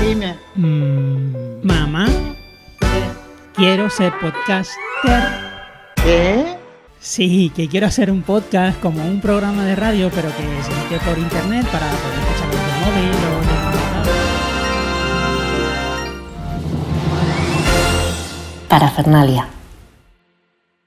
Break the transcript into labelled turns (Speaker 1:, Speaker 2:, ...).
Speaker 1: Dime.
Speaker 2: Mm, mamá, quiero ser podcaster.
Speaker 1: ¿Qué?
Speaker 2: Sí, que quiero hacer un podcast como un programa de radio, pero que se emite por internet para poder escucharlo en el móvil o en el ordenador.
Speaker 3: Parafernalia.